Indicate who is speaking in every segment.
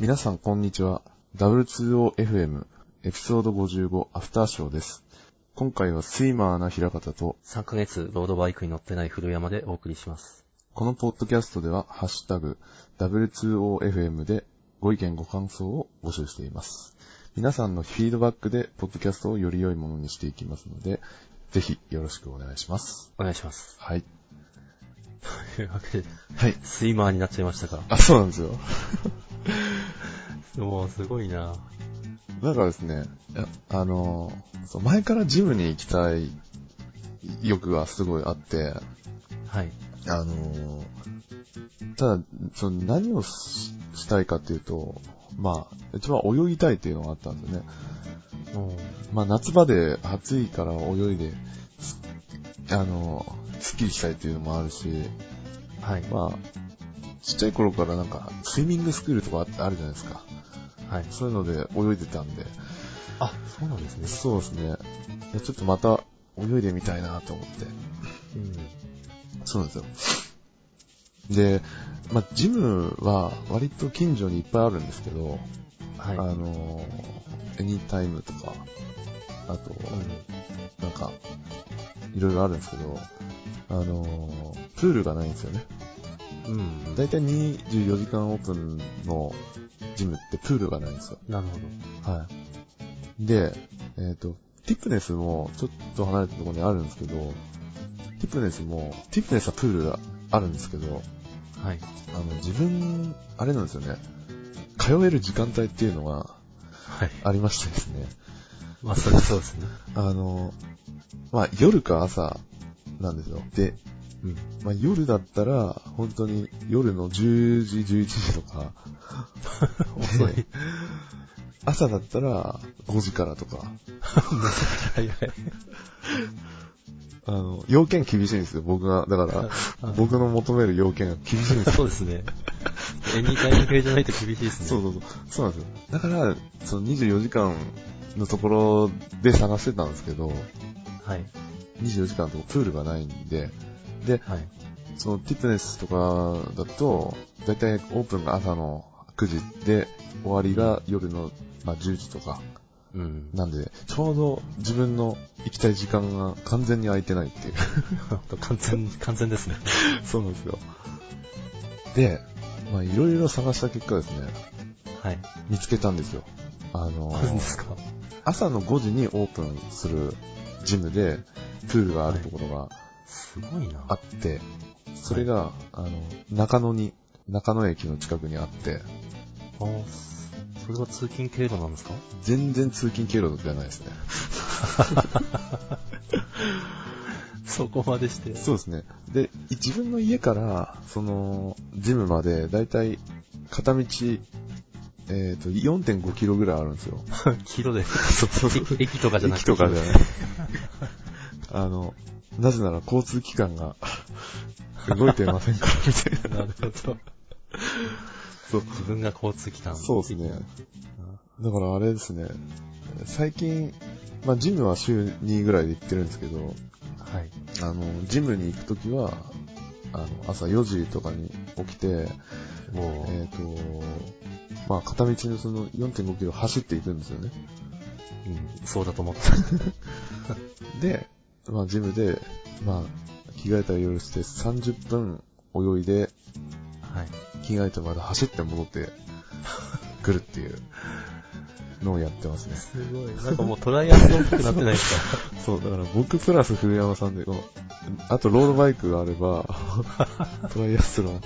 Speaker 1: 皆さんこんにちは。W2OFM エピソード55アフターショーです。今回はスイマーな平方と、
Speaker 2: 3ヶ月ロードバイクに乗ってない古山でお送りします。
Speaker 1: このポッドキャストではハッシュタグ W2OFM でご意見ご感想を募集しています。皆さんのフィードバックでポッドキャストをより良いものにしていきますので、ぜひよろしくお願いします。
Speaker 2: お願いします。
Speaker 1: はい。
Speaker 2: というわけで、
Speaker 1: はい。
Speaker 2: スイマーになっちゃいましたか。
Speaker 1: あ、そうなんですよ。
Speaker 2: もうすごいな
Speaker 1: なんかですね、いやあのーそう、前からジムに行きたい欲がすごいあって、
Speaker 2: はい。
Speaker 1: あのーただ、その何をししたいかっていうと、まあ、一番泳ぎたいっていうのがあったんですよね。
Speaker 2: も
Speaker 1: まあ、夏場で暑いから泳いで、すあのーすっきりしたいっていうのもあるし、
Speaker 2: う、はい。
Speaker 1: まあ、ちっちゃい頃からなんか、スイミングスクールとかああるじゃないですか。
Speaker 2: はい。
Speaker 1: そういうので泳いでたんで、
Speaker 2: あ、そうなんですね。
Speaker 1: そうですね。いやちょっとまた泳いでみたいなと思って。
Speaker 2: うん。
Speaker 1: そうなんですよ。で、まあ、ジムは割と近所にいっぱいあるんですけど、
Speaker 2: はい。
Speaker 1: あのー、エニタイムとか、あと、
Speaker 2: うん
Speaker 1: なんか、いろいろあるんですけど、あのー、プールがないんですよね。
Speaker 2: うん。
Speaker 1: だいたい24時間オープンのジムってプールがないんですよ。
Speaker 2: なるほど。
Speaker 1: はい。で、えっ、と、ティップネスもちょっと離れたところにあるんですけど、ティップネスも、ティップネスはプールがあるんですけど、
Speaker 2: はい。
Speaker 1: あの、自分、あれなんですよね、通える時間帯っていうのが
Speaker 2: はい。
Speaker 1: ありましてですね、
Speaker 2: まあ、それはそうです ね。
Speaker 1: あの、まあ、夜か朝なんですよ。で、
Speaker 2: うん。
Speaker 1: まあ、夜だったら、本当に夜の10時、11時と か、
Speaker 2: 遅い。
Speaker 1: で朝だったら5時からとか、
Speaker 2: 早い。
Speaker 1: あの、要件厳しいんですよ、僕が。だ から、僕の求める要件が厳しいんですよ。
Speaker 2: そうですね。エニタイム系じゃないと厳しいですね。
Speaker 1: そうそうそう。そうなんですよ。だから、その24時間のところで探してたんですけど、
Speaker 2: はい。
Speaker 1: 24時間のとこプールがないんで、で、
Speaker 2: はい。
Speaker 1: そのティップネスとかだと、だいたいオープンが朝の9時で、終わりが夜の、まあ、10時とか、
Speaker 2: うん。
Speaker 1: なんで、ちょうど自分の行きたい時間が完全に空いてないっていう。
Speaker 2: 完全、完全ですね。
Speaker 1: そうなんですよ。で、まあいろいろ探した結果ですね、
Speaker 2: はい。
Speaker 1: 見つけたんですよ。あの
Speaker 2: あるんですか
Speaker 1: 朝の5時にオープンするジムで、プールがあるところが
Speaker 2: すごいな
Speaker 1: あって、それが、あの、中野に、中野駅の近くにあって、
Speaker 2: あーすそれが通勤経路なんですか
Speaker 1: 全然通勤経路じゃないですね。
Speaker 2: そこまでして。
Speaker 1: そうですね。で、自分の家から、その、ジムまで、だいたい、片道、えっ、と、4.5キロぐらいあるんですよ。
Speaker 2: 黄色で。
Speaker 1: そうそうそう。
Speaker 2: 駅駅とかじゃなく
Speaker 1: 駅
Speaker 2: て。
Speaker 1: とかじゃない。あの、なぜなら交通機関が動いてませんから、みたいな。
Speaker 2: なるほど。
Speaker 1: そう
Speaker 2: 自分が交通機関。
Speaker 1: そうですね。だからあれですね、最近、まあ、ジムは週2ぐらいで行ってるんですけど、
Speaker 2: はい。
Speaker 1: あの、ジムに行くときは、あの、朝4時とかに起きて、
Speaker 2: もう、
Speaker 1: えっ、と、まあ、片道のその4.5キロ走っていくんですよね。
Speaker 2: うんそうだと思った。
Speaker 1: で、まあ、ジムで、まあ、着替えたりいろいろして30分泳いで、
Speaker 2: はい。
Speaker 1: 着替えてまた走って戻ってくるっていうのをやってますね。
Speaker 2: すごい。 なんかもうトライアスロンっぽくなってないですか
Speaker 1: そう、だから僕プラス古山さんで、このあとロードバイクがあれば、トライアスロン。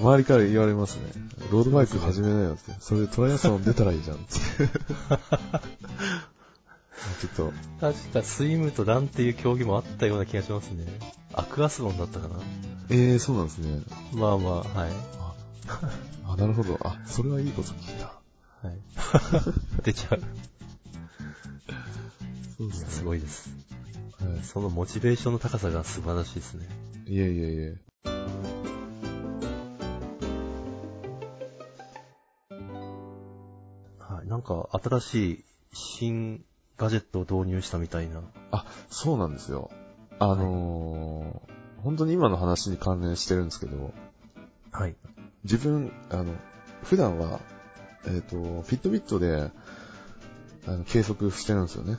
Speaker 1: 周りから言われますね。ロードバイク始めなよって。それでトライアスロン出たらいいじゃんって。ちょっと、
Speaker 2: 確かスイムとランっていう競技もあったような気がしますね。アクアスロンだったかな
Speaker 1: えー、そうなんですね。
Speaker 2: まあまあ、はい。
Speaker 1: あ、あなるほど。あ、それはいいこと聞いた。
Speaker 2: はい。 出ちゃう。
Speaker 1: そうです
Speaker 2: ごいです。
Speaker 1: ね。はい
Speaker 2: そのモチベーションの高さが素晴らしいですね。
Speaker 1: いえいえいえ。
Speaker 2: はい。なんか新しい新ガジェットを導入したみたいな。
Speaker 1: あ、そうなんですよ。あのー、本当に今の話に関連してるんですけど、
Speaker 2: はい。
Speaker 1: 自分、あの、普段は、えっ、と、フィットビットで、あの、計測してるんですよね。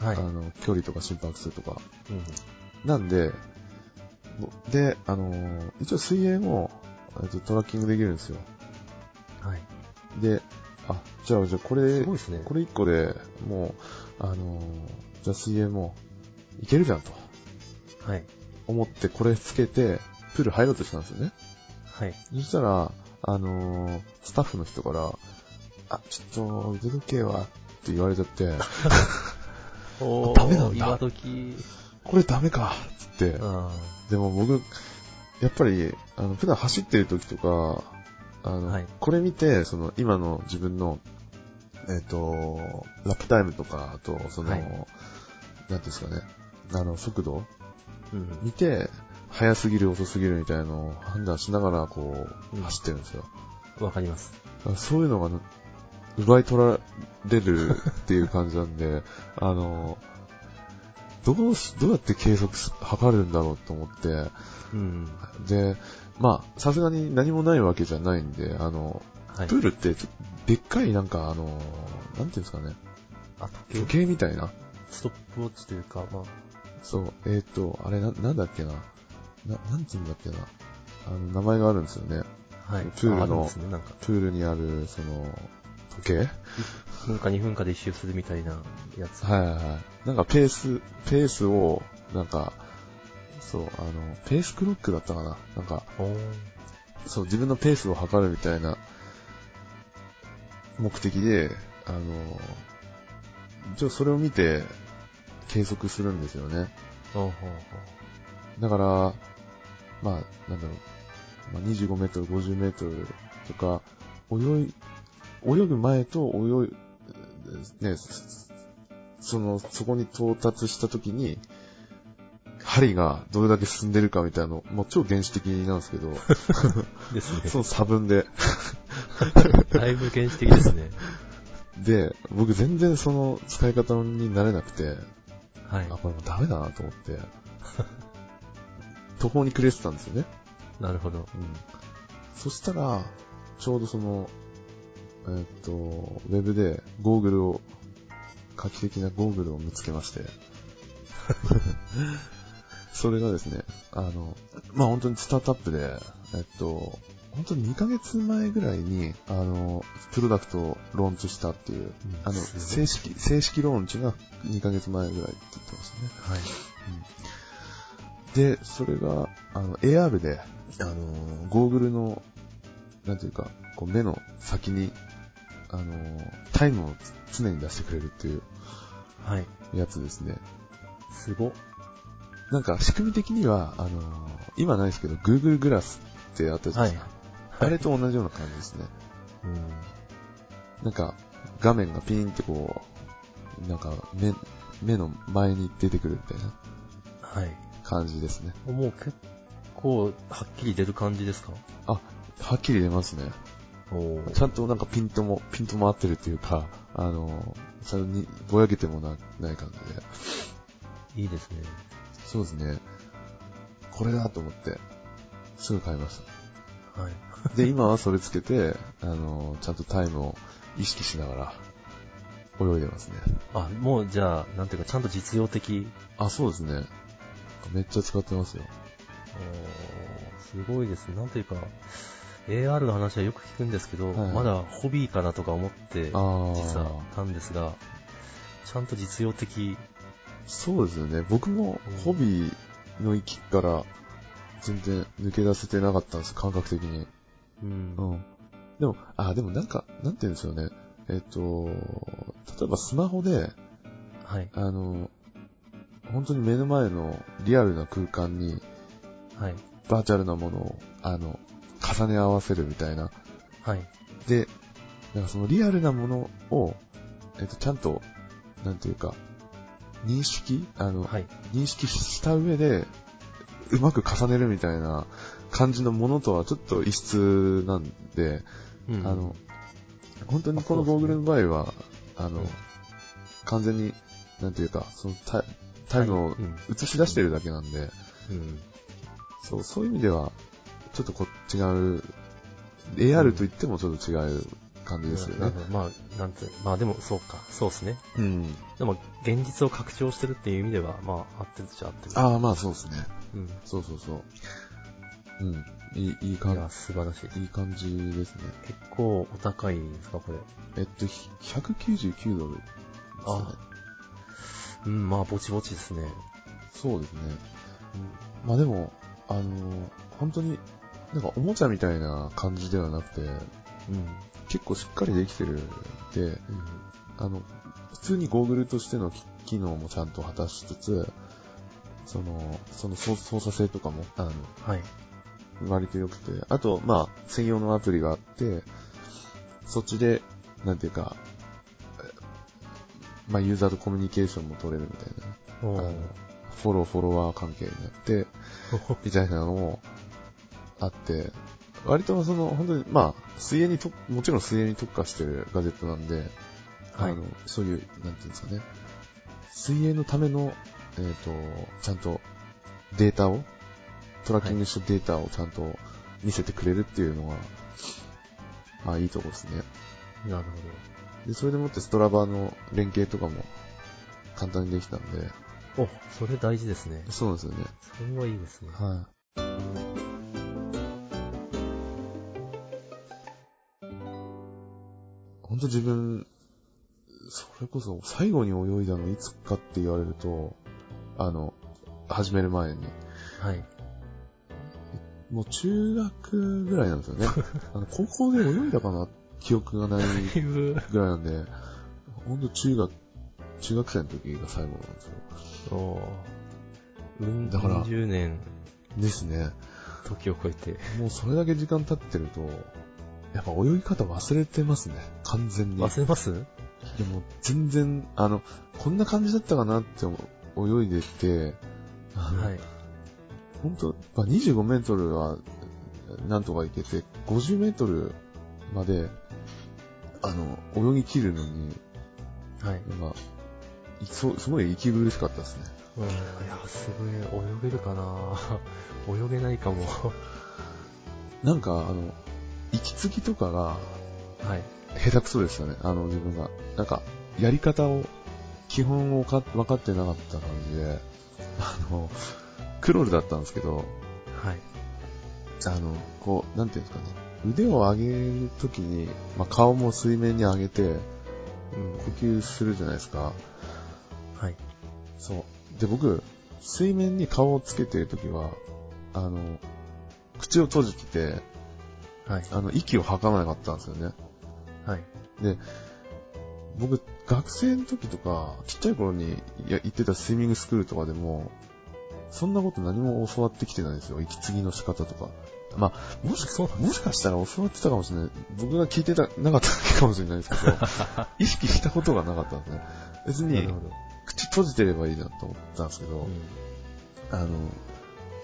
Speaker 2: はい。
Speaker 1: あの、距離とか心拍数とか。
Speaker 2: うん。
Speaker 1: なんで、ぼで、あのー一応水泳も、えっと、トラッキングできるんですよ。
Speaker 2: はい。
Speaker 1: で、あ、じゃあ、じゃあこ
Speaker 2: す
Speaker 1: れ、
Speaker 2: ごいですね。
Speaker 1: これ一個でもう、あのーじゃあ水泳も、いけるじゃんと
Speaker 2: はい。
Speaker 1: 思ってこれつけて、プール入ろうとしたんですよね。
Speaker 2: はい。
Speaker 1: そしたら、あのースタッフの人から、あ、ちょっと腕時計は、って言われちゃって、
Speaker 2: お
Speaker 1: ダメなんだ
Speaker 2: 今時。
Speaker 1: これダメか、つって。
Speaker 2: あ
Speaker 1: でも僕、やっぱり、あの、普段走ってる時とか、あの、
Speaker 2: はい
Speaker 1: これ見て、その、今の自分の、えっ、と、ラップタイムとか、あと、その、
Speaker 2: はい
Speaker 1: なんていうんですかね、あの、速度
Speaker 2: ーうん。
Speaker 1: 見て、速すぎる、遅すぎるみたいなのを判断しながら、こう、
Speaker 2: うん
Speaker 1: 走ってるんですよ。
Speaker 2: わかります。
Speaker 1: だからそういうのがね、奪い取られるっていう感じなん で、あの、どうし、どうやって計測す測るんだろうと思って、
Speaker 2: うん。
Speaker 1: で、まあ、さすがに何もないわけじゃないんで、あの、
Speaker 2: はい
Speaker 1: プ。ールって、ちょっとでっかいなんか、あの、なんていうんですかね、
Speaker 2: あ、
Speaker 1: 時
Speaker 2: 時計
Speaker 1: 計みたいな。
Speaker 2: ストップウォッチというか、まあ、
Speaker 1: そう、えっ、と、あれな、なんだっけな。な、なんていうんだっけな。あの、名前があるんですよね。
Speaker 2: はい。
Speaker 1: プールの
Speaker 2: ああるんですね、なんか。
Speaker 1: プールにある、その、時計はい
Speaker 2: 1分か2分かで一周するみたいなやつ。
Speaker 1: はいはい。なんかペース、ペースを、なんか、そう、あの、ペースクロックだったかな。なんか、
Speaker 2: おー
Speaker 1: そう、自分のペースを測るみたいな目的で、あの、一応それを見て計測するんですよね。
Speaker 2: おーおー
Speaker 1: だから、まあ、なんだろう、まあ、25メートル、50メートルとか、泳い、泳ぐ前と泳い、ね、その、そこに到達した時に、針がどれだけ進んでるかみたいなの、もう超原始的なんですけど、
Speaker 2: おーですね。
Speaker 1: その差分で。
Speaker 2: だいぶ原始的ですね。
Speaker 1: で、僕全然その使い方になれなくて、
Speaker 2: はい
Speaker 1: あ、。これもうダメだなと思って、途方に暮れてたんですよね。
Speaker 2: なるほど。
Speaker 1: うん。そしたら、ちょうどその、えーっと、ウェブでゴーグルを、画期的なゴーグルを見つけまして、 それがですね、あの、まあ、本当にスタートアップで、えっと、本当に2ヶ月前ぐらいに、あの、プロダクトをローンチしたっていう、あの、
Speaker 2: すご
Speaker 1: 正
Speaker 2: い
Speaker 1: 式、正式ローンチが2ヶ月前ぐらいって言ってましたね。
Speaker 2: はい。
Speaker 1: で、それが、あの、AR で、あのーゴーグルの、なんていうか、こう目の先に、あのータイムをつ常に出してくれるっていう
Speaker 2: はい。
Speaker 1: やつですね。
Speaker 2: すご。
Speaker 1: なんか、仕組み的には、あのー今ないですけど、Google グラスってあったじゃな
Speaker 2: はいい
Speaker 1: ですか。。あれと同じような感じですね。
Speaker 2: うん。
Speaker 1: なんか、画面がピーンってこう、なんか、目、目の前に出てくるみたいな
Speaker 2: はい。
Speaker 1: 感じですね。
Speaker 2: もう結構、はっきり出る感じですか
Speaker 1: あ、はっきり出ますね。
Speaker 2: お
Speaker 1: ちゃんとなんかピントも、ピントも合ってるっていうか、あの、ちゃんとにぼやけてもなない感じで。
Speaker 2: いいですね。
Speaker 1: そうですね。これだと思って、すぐ買いまし
Speaker 2: はい。
Speaker 1: た。で、今はそれつけて、 あの、ちゃんとタイムを意識しながら泳いでますね。
Speaker 2: あ、もうじゃあ、なんていうか、ちゃんと実用的。
Speaker 1: あ、そうですね。めっちゃ使ってますよ。
Speaker 2: おーすごいですね。なんていうか、AR の話はよく聞くんですけど、
Speaker 1: はい
Speaker 2: まだホビーかなとか思って、
Speaker 1: あー
Speaker 2: 実はたんですが、ちゃんと実用的。
Speaker 1: そうですよね。僕も
Speaker 2: うん
Speaker 1: ホビーの域から全然抜け出せてなかったんです、感覚的に。
Speaker 2: うん。
Speaker 1: うん。でも、あ、でもなんか、なんて言うんですよね。えっ、と、例えばスマホで、
Speaker 2: はい。
Speaker 1: あの、本当に目の前のリアルな空間に
Speaker 2: はい。
Speaker 1: バーチャルなものを、あの、重ね合わせるみたいな。
Speaker 2: はい。
Speaker 1: で、なんかそのリアルなものを、えっ、と、ちゃんと、なんていうか、認識あの、
Speaker 2: はい。
Speaker 1: 認識した上で、うまく重ねるみたいな感じのものとはちょっと異質なんで、
Speaker 2: うん
Speaker 1: あの、、本当に
Speaker 2: あ
Speaker 1: この
Speaker 2: そ
Speaker 1: ゴー
Speaker 2: う
Speaker 1: グ
Speaker 2: です
Speaker 1: ル
Speaker 2: ね
Speaker 1: の場合は、あ
Speaker 2: う
Speaker 1: の
Speaker 2: ん、
Speaker 1: 完全に、なんていうか、そのタタイムを
Speaker 2: はいうん
Speaker 1: 映し出してるだけなんで、
Speaker 2: うん。
Speaker 1: そう、そういう意味では、ちょっとこう違う AR と言ってもちょっと違う感じですよね。
Speaker 2: まあ、なんて、まあでもそうか、そうですね。
Speaker 1: うん。
Speaker 2: でも、現実を拡張してるっていう意味では、まあ、合ってるっちゃ合ってる。
Speaker 1: ああ、まあそうですね。
Speaker 2: うん。い
Speaker 1: そうそうそう。うん。いい、いい感
Speaker 2: や、素晴らしい。
Speaker 1: じ、いい感じですね。
Speaker 2: 結構お高いんですか、これ。
Speaker 1: えっと、ひ199ドルですね。
Speaker 2: あうん、まあ、ぼちぼちですね。
Speaker 1: そうですね。
Speaker 2: うん
Speaker 1: まあでも、あの、本当に、なんかおもちゃみたいな感じではなくて、
Speaker 2: うん。
Speaker 1: 結構しっかりできてるんで、
Speaker 2: うん。
Speaker 1: あの、普通にゴーグルとしての機機能もちゃんと果たしつつ、その、その操操作性とかも、あの、
Speaker 2: はい。
Speaker 1: 割と良くて、あと、まあ、専用のアプリがあって、そっちで、なんていうか、えまあ、ユーザーとコミュニケーションも取れるみたいな、
Speaker 2: お
Speaker 1: あの
Speaker 2: ー
Speaker 1: フォロー、フォロワー関係になって、みたいなのもあって、割とその、本当に、まあ、水泳にと、もちろん水泳に特化してるガジェットなんで、
Speaker 2: は
Speaker 1: あ
Speaker 2: い
Speaker 1: の。、そういう、なんていうんですかね、水泳のための、えっ、と、ちゃんとデータを、トラッキングしたデータをちゃんと見せてくれるっていうのが、まあいいとこですね。
Speaker 2: なる
Speaker 1: で、それでもってストラバの連携とかも簡単にできたんで、
Speaker 2: ほど。お、それ大事ですね。
Speaker 1: そうなんですよね。
Speaker 2: それはいいですね。
Speaker 1: はい。本当自分、それこそ最後に泳いだのいつかって言われると、あの、始める前に、
Speaker 2: はい。
Speaker 1: もう中学ぐらいなんですよね。あの高校で泳いだかな記憶がない
Speaker 2: だいぶ、
Speaker 1: ぐらいなんで、本当中学、中学生の時が最後なんですよ。
Speaker 2: おーうん、
Speaker 1: だから
Speaker 2: 10年、
Speaker 1: ですね。
Speaker 2: 時を超えて、
Speaker 1: もうそれだけ時間経ってると、やっぱ泳ぎ方忘れてますね。完全に。
Speaker 2: 忘れます
Speaker 1: でも全然、あの、こんな感じだったかなって思う泳いでて、あの、
Speaker 2: はい。
Speaker 1: ほんと、まあ、25メートルはなんとかいけて、50メートルまで、あの、泳ぎ切るのに、
Speaker 2: はい。
Speaker 1: まあ、いそうすごい息苦しかったですね。
Speaker 2: うん、いや、すごい、泳げるかな 泳げないかも。
Speaker 1: なんか、あの、息継ぎとかが
Speaker 2: はい。
Speaker 1: 下手くそでしたね、あの自分が。なんか、やり方を、基本をか分かってなかった感じで、あの、クロールだったんですけど、
Speaker 2: はい。
Speaker 1: あの、こう、なんていうんですかね。腕を上げるときに、まあ、顔も水面に上げて、
Speaker 2: うん
Speaker 1: 呼吸するじゃないですか。
Speaker 2: はい。
Speaker 1: そう。で、僕、水面に顔をつけてるときは、あの、口を閉じてて、
Speaker 2: はい。
Speaker 1: あの、息を吐かなかったんですよね。
Speaker 2: はい。
Speaker 1: 僕、学生の時とか、ちっちゃい頃にいや行ってたスイミングスクールとかでも、そんなこと何も教わってきてないんですよ。息継ぎの仕方とか。まあ、もし
Speaker 2: そう
Speaker 1: もしかしたら教わってたかもしれない。僕が聞いてた、なかっただけかもしれないですけ ど、意識したことがなかったんですね。別
Speaker 2: な
Speaker 1: に
Speaker 2: る、ほど。
Speaker 1: 口閉じてればいいなと思ったんですけど、
Speaker 2: うん
Speaker 1: あの、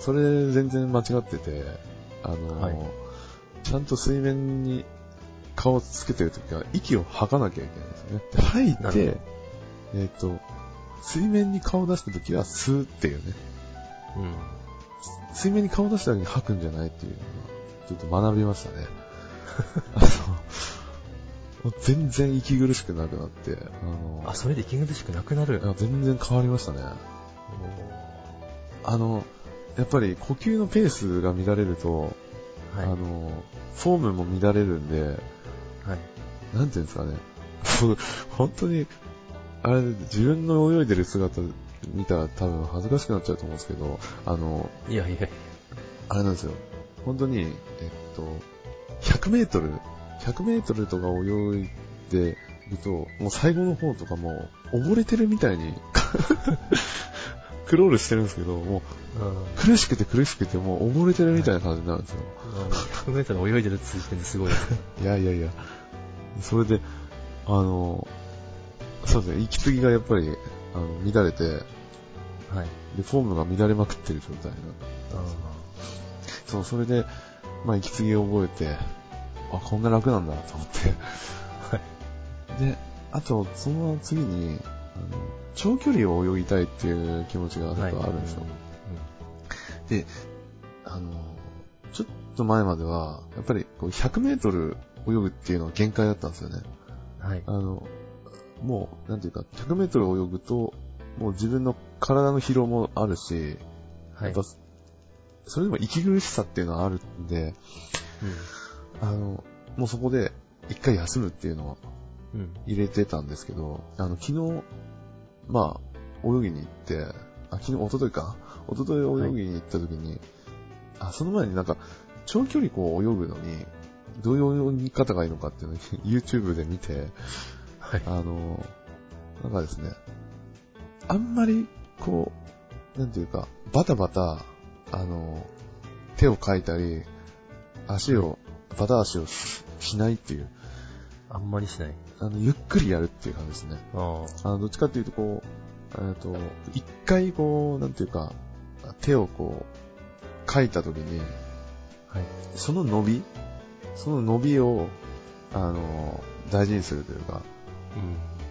Speaker 1: それ全然間違ってて、あの、
Speaker 2: はい
Speaker 1: ちゃんと水面に顔をつけてるときは息を吐かなきゃいけないんですよね。で吐い
Speaker 2: な
Speaker 1: て
Speaker 2: る、
Speaker 1: えっ、と、水面に顔を出したときは吸うっていうね、
Speaker 2: うん。
Speaker 1: 水面に顔を出したときに吐くんじゃないっていうのをちょっと学びましたね。あのもう全然息苦しくなくなって、あの、
Speaker 2: あ、それで息苦しくなくなる。
Speaker 1: いや全然変わりましたね。
Speaker 2: おー
Speaker 1: あの、やっぱり呼吸のペースが乱れると、
Speaker 2: はい。
Speaker 1: あ
Speaker 2: は
Speaker 1: の、フォームも乱れるんで、
Speaker 2: い。
Speaker 1: なんていうんですかね。僕本当に、あれ、自分の泳いでる姿見たら多分恥ずかしくなっちゃうと思うんですけど、あの、
Speaker 2: いやいやいや。
Speaker 1: あれなんですよ。本当に、えっと、100メートル、100メートルとか泳いでると、もう最後の方とかもう溺れてるみたいに、 クロールしてるんですけど、もう
Speaker 2: うん。
Speaker 1: 苦しくて苦しくてもう溺れてるみたいな感じになるんですよ。
Speaker 2: 100メートル泳いでるって時点ですごい ですね。
Speaker 1: いやいやいや、それで、あの、そうですね、息継ぎがやっぱりあの乱れて、で、
Speaker 2: はい。
Speaker 1: フォームが乱れまくってる状態になって、そう、それで、まあ息継ぎを覚えて、あ、こんな楽なんだと思って、 で、あと、その次に、あの長距離を泳ぎたいっていう気持ちがな
Speaker 2: う
Speaker 1: んん
Speaker 2: はい。
Speaker 1: かあるんですよ。
Speaker 2: う
Speaker 1: で、あの、ちょっと前までは、やっぱりこう100メートル泳ぐっていうのは限界だったんですよね。
Speaker 2: はい。
Speaker 1: あの、もう、なんていうか、100メートル泳ぐと、もう自分の体の疲労もあるし、
Speaker 2: は
Speaker 1: や
Speaker 2: い
Speaker 1: っ。ぱ、それでも息苦しさっていうのはあるんで、あの、もうそこで一回休むっていうのを
Speaker 2: うん。うん。
Speaker 1: 入れてたんですけど、あの、昨日、まあ、泳ぎに行って、あ、昨日、一昨日か一昨日泳ぎに行った時に、あ、その前になんか、長距離こう泳ぐのに、どういう泳ぎ方がいいのかっていうのを YouTube で見て、
Speaker 2: はい。
Speaker 1: あの、なんかですね、あんまり、こう、なんていうか、バタバタ、あの、手をかいたり、足を、バタ足をししないっていう、
Speaker 2: あんまりしない。
Speaker 1: あの、ゆっくりやるっていう感じですね。
Speaker 2: あ
Speaker 1: あの、どっちかっていうと、こう、えっ、と、一回こう、なんていうか、手をこう、かいたときに、
Speaker 2: あ。はい。
Speaker 1: その伸び、その伸びを、あの、大事にするというか、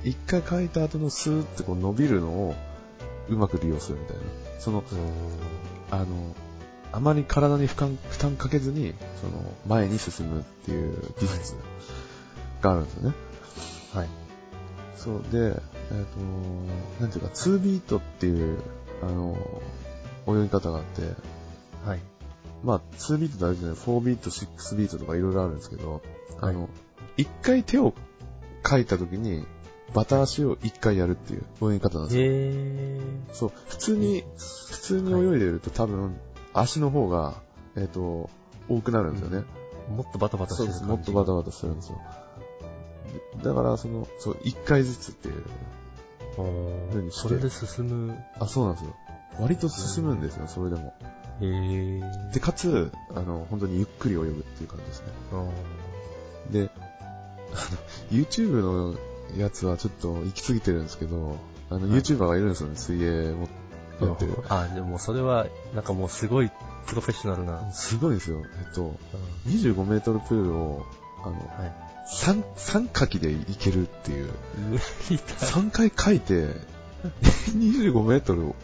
Speaker 1: 一回書いた後のスーってこう伸びるのをうまく利用するみたいな。その、
Speaker 2: うん。
Speaker 1: あの、あまり体に負担負担かけずに、その、前に進むっていう技術があるんですよね。
Speaker 2: はい。
Speaker 1: そうで、えっ、と、なんていうか、2ビートっていう、あの、泳ぎ方があって、
Speaker 2: はい。
Speaker 1: まあ、2ビートだけじゃない、4ビート、6ビートとかいろいろあるんですけど、あ
Speaker 2: は
Speaker 1: の、一回手を書いた時に、バタ足を一回やるっていう泳ぎ方なんですよ
Speaker 2: へー。
Speaker 1: そう、普通に、普通に泳いでると多分、足の方が、えっ、と、多くなるんですよね。
Speaker 2: もっとバタバタし
Speaker 1: そう
Speaker 2: て
Speaker 1: で
Speaker 2: る
Speaker 1: す。
Speaker 2: 感じ。
Speaker 1: もっとバタバタするんですよ。だから、その、そう、一回ずつっていう。
Speaker 2: あ
Speaker 1: 風に
Speaker 2: ー
Speaker 1: して
Speaker 2: それで進む。
Speaker 1: あ、そうなんですよ。割と進むんですよ、それでも。
Speaker 2: へー。
Speaker 1: で、かつ、あの、本当にゆっくり泳ぐっていう感じですね。
Speaker 2: あー
Speaker 1: で、あの、YouTube のやつはちょっと行き過ぎてるんですけど、あの、
Speaker 2: はい
Speaker 1: YouTuber がいるんですよね、水泳もやってる。
Speaker 2: あ、でもそれは、なんかもうすごいプロフェッショナルな。
Speaker 1: すごいんですよ。えっと、25メートルプールを、あの、
Speaker 2: はい。
Speaker 1: 三、三書きでいけるっていう。
Speaker 2: 無理だ。
Speaker 1: 三回書いて、25メートルを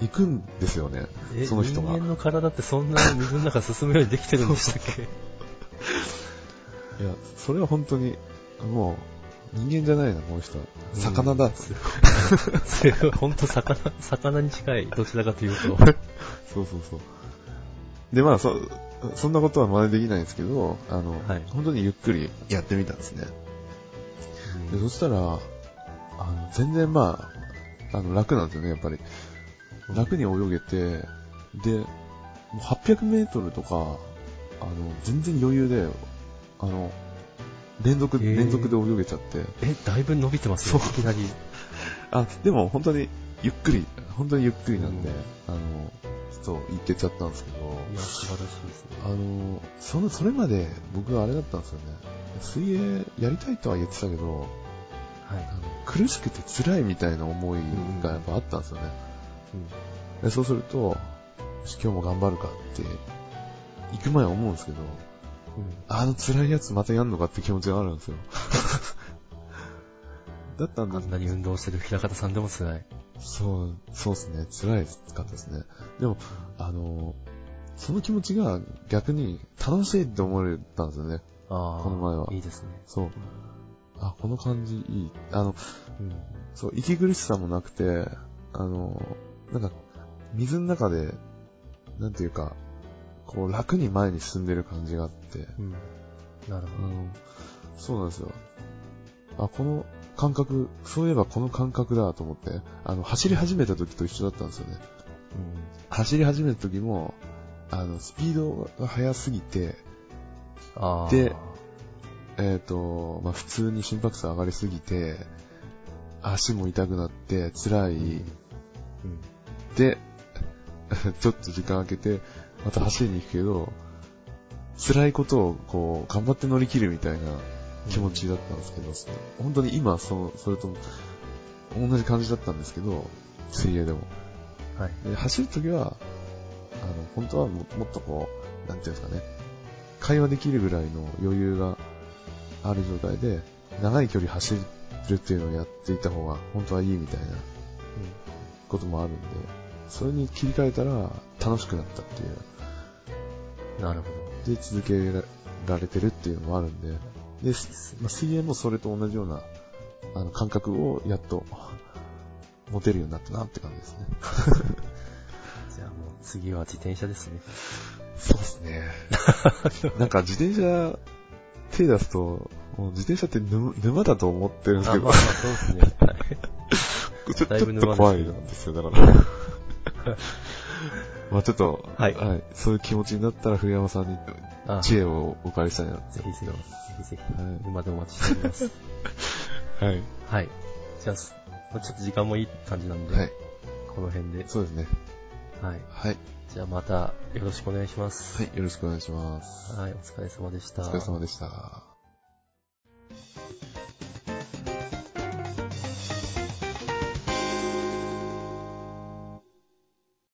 Speaker 1: 行くんですよね。
Speaker 2: え、
Speaker 1: その人が
Speaker 2: 人間の体ってそんな水の中進むようにできてるんでしたっけ
Speaker 1: いや、それは本当に、もう、人間じゃないな、この人は。魚 だ。
Speaker 2: すごい。すごい。ほんと魚、魚に近い。どちらかという と。
Speaker 1: そうそうそう。で、まあ、そ、そんなことは真似できないんですけど、あの、
Speaker 2: はい
Speaker 1: 本当にゆっくりやってみたんですね。でそしたら、あの、全然まあ、あの、楽なんですよね、やっぱり。楽に泳げて、で、もう800メートルとか、あの、全然余裕で、あの、連続、
Speaker 2: へー
Speaker 1: 連続で泳げちゃって、
Speaker 2: え、だいぶ伸びてますよ。
Speaker 1: そう
Speaker 2: いきなり。
Speaker 1: あ、でも本当にゆっくり、本当にゆっくりなんで、
Speaker 2: うん
Speaker 1: あの、ちょっと行けちゃったんですけど、
Speaker 2: いや、素晴らしいですね。
Speaker 1: あの、その、それまで僕はあれだったんですよね。水泳やりたいとは言ってたけど、
Speaker 2: はい
Speaker 1: あ。の苦しくて辛いみたいな思いがやっぱあったんですよね。でそうすると、よし今日も頑張るかって、行く前は思うんですけど、
Speaker 2: うん
Speaker 1: あの辛いやつまたやんのかって気持ちがあるんですよ。だったん
Speaker 2: あ
Speaker 1: だ
Speaker 2: ん。なに運動してる平方さんでも辛い。
Speaker 1: そう、そうですね。辛いかったですね。でも、あの、その気持ちが逆に楽しいって思えたんですよね。
Speaker 2: ああ。
Speaker 1: この前はい
Speaker 2: いですね。
Speaker 1: そう。あ、この感じいい。あの、
Speaker 2: うん。
Speaker 1: そう、息苦しさもなくて、あの、なんか、水の中で、なんていうか、こう楽に前に進んでる感じがあって、
Speaker 2: うん。なる
Speaker 1: あ
Speaker 2: ほど。
Speaker 1: の、そうなんですよ。あ、この感覚、そういえばこの感覚だと思って、あの、走り始めた時と一緒だったんですよね。
Speaker 2: うん。
Speaker 1: 走り始めた時も、あの、スピードが速すぎて、
Speaker 2: ああ。
Speaker 1: でえっ、と、まあ、普通に心拍数上がりすぎて、足も痛くなって、辛い、
Speaker 2: うん。
Speaker 1: で、 ちょっと時間空けて、また走りに行くけど、辛いことをこう、頑張って乗り切るみたいな気持ちだったんですけど、その本当に今、そのそれと同じ感じだったんですけど、水泳でも。
Speaker 2: はい。
Speaker 1: で走るときは、あの、本当はももっとこう、なんていうんですかね、会話できるぐらいの余裕がある状態で、長い距離走るっていうのをやっていた方が、本当はいいみたいなこともあるんで、それに切り替えたら楽しくなったっていう
Speaker 2: なるほ
Speaker 1: で続けられてるっていうのもあるんで、で、すまあ、水泳もそれと同じような、あの、感覚をやっと、持てるようになったなって感じですね。
Speaker 2: ど。じゃあもう次は自転車ですね。
Speaker 1: そうですね。なんか自転車、手出すと、もう自転車って沼沼だと思ってるんです
Speaker 2: あ、ま
Speaker 1: け
Speaker 2: あまあ
Speaker 1: ど、
Speaker 2: そうですね。 はい
Speaker 1: ちょ
Speaker 2: だい
Speaker 1: ち
Speaker 2: ぶ
Speaker 1: ょっ
Speaker 2: 沼
Speaker 1: と
Speaker 2: です
Speaker 1: 怖いなんですよ、だから。 まあちょっと、
Speaker 2: はい
Speaker 1: そういう気持ちになったら、古山さんに
Speaker 2: あ
Speaker 1: 知恵をお借りしたいなって
Speaker 2: ぜ
Speaker 1: 思
Speaker 2: ひ
Speaker 1: っ
Speaker 2: ぜ
Speaker 1: てます。
Speaker 2: ひ、ぜひぜ
Speaker 1: はい
Speaker 2: ひ、までお待ちしており ます。
Speaker 1: はい。
Speaker 2: はい。じゃあ、まあちょっと時間もいい感じなんで、
Speaker 1: はい。
Speaker 2: この辺で。
Speaker 1: そうですね。
Speaker 2: はい。
Speaker 1: はい。
Speaker 2: じゃあまたよろしくお願いします。
Speaker 1: はい。よろしくお願いします。
Speaker 2: はい、お疲れ様でした。
Speaker 1: お疲れ様でした。